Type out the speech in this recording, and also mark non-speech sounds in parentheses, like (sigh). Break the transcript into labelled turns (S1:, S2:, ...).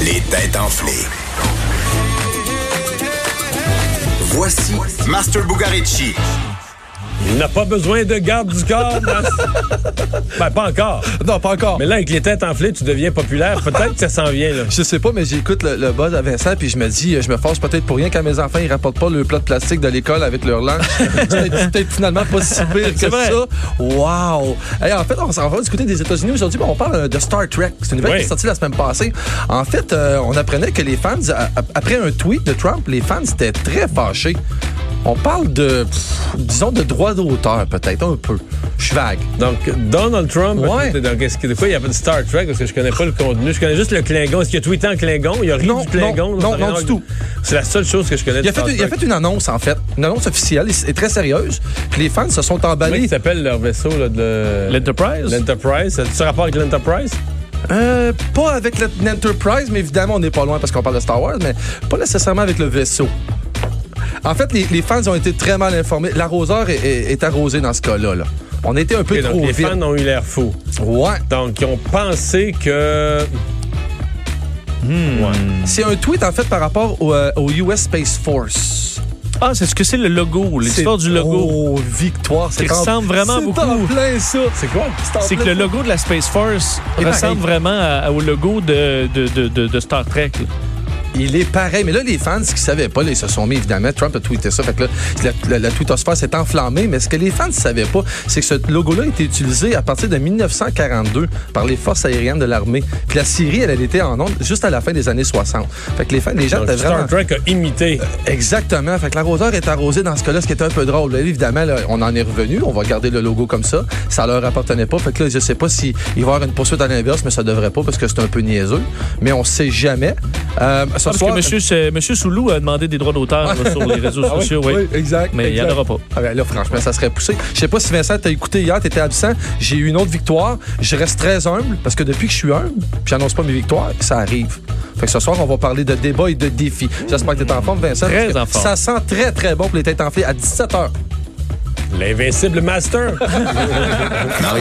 S1: Les têtes enflées. Voici Master Bugaricci.
S2: Il n'a pas besoin de garde du corps. (laughs) Mas- ben, pas encore.
S3: Non, pas encore.
S2: Mais là, avec les têtes enflées, tu deviens populaire. Peut-être que ça s'en vient, là.
S3: Je sais pas, mais j'écoute le, le buzz à Vincent, puis je me dis, euh, je me force peut-être pour rien quand mes enfants, ils rapportent pas le plat de plastique de l'école avec
S2: (laughs)
S3: leur lunch. C'est peut-être peut-être finalement pas si pire que
S2: C'est vrai.
S3: ça. Wow! Hey, en fait, on s'en va discuter des États-Unis aujourd'hui, puis on parle euh, de Star Trek. C'est une nouvelle
S2: Oui.
S3: qui est sortie la semaine passée. En fait, euh, on apprenait que les fans, a- a- après un tweet de Trump, les fans étaient très fâchés. On parle de, pff, disons, de droit d'auteur, peut-être, un peu. Je suis vague.
S2: Donc, Donald Trump.
S3: Ouais.
S2: écoutez, Donc, est-ce que des fois, il y a pas de Star Trek parce que je connais pas le contenu. Je connais juste le Klingon. Est-ce qu'il a tweeté en Klingon? Il a ri
S3: Non,
S2: du Klingon?
S3: non,
S2: donc
S3: non,
S2: ça n'a
S3: non,
S2: rien
S3: du tout.
S2: C'est la seule chose que je connais
S3: Il a,
S2: de Star
S3: fait, il a
S2: Trek.
S3: fait une annonce, en fait. Une annonce officielle et, et très sérieuse. Puis les fans se sont
S2: Comment
S3: emballés.
S2: ils s'appellent leur vaisseau, là, de...
S4: L'Enterprise?
S2: L'Enterprise. Ça a-tu rapport avec l'Enterprise?
S3: Euh, pas avec le- l'Enterprise, mais évidemment, on n'est pas loin parce qu'on parle de Star Wars, mais pas nécessairement avec le vaisseau. En fait, les, les fans ont été très mal informés. L'arroseur est, est- est arrosé dans ce cas-là. là. On était un peu
S2: Et donc,
S3: trop
S2: les
S3: vite.
S2: fans ont eu l'air fous.
S3: Ouais.
S2: Donc, ils ont pensé que... Ouais.
S3: C'est un tweet, en fait, par rapport au, euh, au US Space Force.
S4: Ah, c'est ce que c'est le logo, l'histoire
S3: C'est-
S4: du logo.
S3: Oh, victoire.
S4: Qui
S3: C'est en-
S4: ressemble vraiment
S3: c'est
S4: beaucoup.
S3: en plein ça.
S2: C'est quoi?
S3: en
S4: C'est que
S3: plein
S4: le
S3: ça.
S4: logo de la Space Force
S3: Et pareil.
S4: ressemble vraiment à- au logo de, de, de- de- de Star Trek. là.
S3: Il est pareil. Mais là, les fans qui savaient pas, là, ils se sont mis, évidemment. Trump a tweeté ça. Fait que là, la, la, la tweetosphère s'est enflammée. Mais ce que les fans ne savaient pas, c'est que ce logo-là a été utilisé à partir de 1942 par les forces aériennes de l'armée. Puis la Syrie, elle, elle était en onde juste à la fin des années 60. Fait que les fans, les gens
S2: Donc,
S3: étaient Ah, vraiment.
S2: Star Trek a imité.
S3: Exactement. Fait que l'arroseur est arrosé dans ce cas-là, ce qui était un peu drôle. Là, évidemment, là, on en est revenu. On va garder le logo comme ça. Ça leur appartenait pas. Fait que là, je sais pas si il va y avoir une poursuite à l'inverse, mais ça devrait pas parce que c'est un peu niaiseux. Mais on sait jamais. Euh, ce
S4: Ah, parce
S3: soir-
S4: que monsieur, c'est- monsieur Soulou a demandé des droits d'auteur
S3: (laughs)
S4: là, sur les réseaux
S3: Ah oui?
S4: sociaux, oui.
S3: exact.
S4: Mais il n'y en
S3: exact.
S4: aura pas.
S3: Ah ben là, franchement, ça serait poussé. Je sais pas si Vincent t'a écouté hier, t'étais absent. J'ai eu une autre victoire. Je reste très humble parce que depuis que je suis humble, puis j'annonce pas mes victoires, ça arrive. Fait que ce soir, on va parler de débat et de défis. J'espère que t'es en forme, Vincent.
S4: Très
S3: parce que
S4: en forme.
S3: Ça sent très, très bon pour les têtes enflées à 17h.
S2: L'invincible master.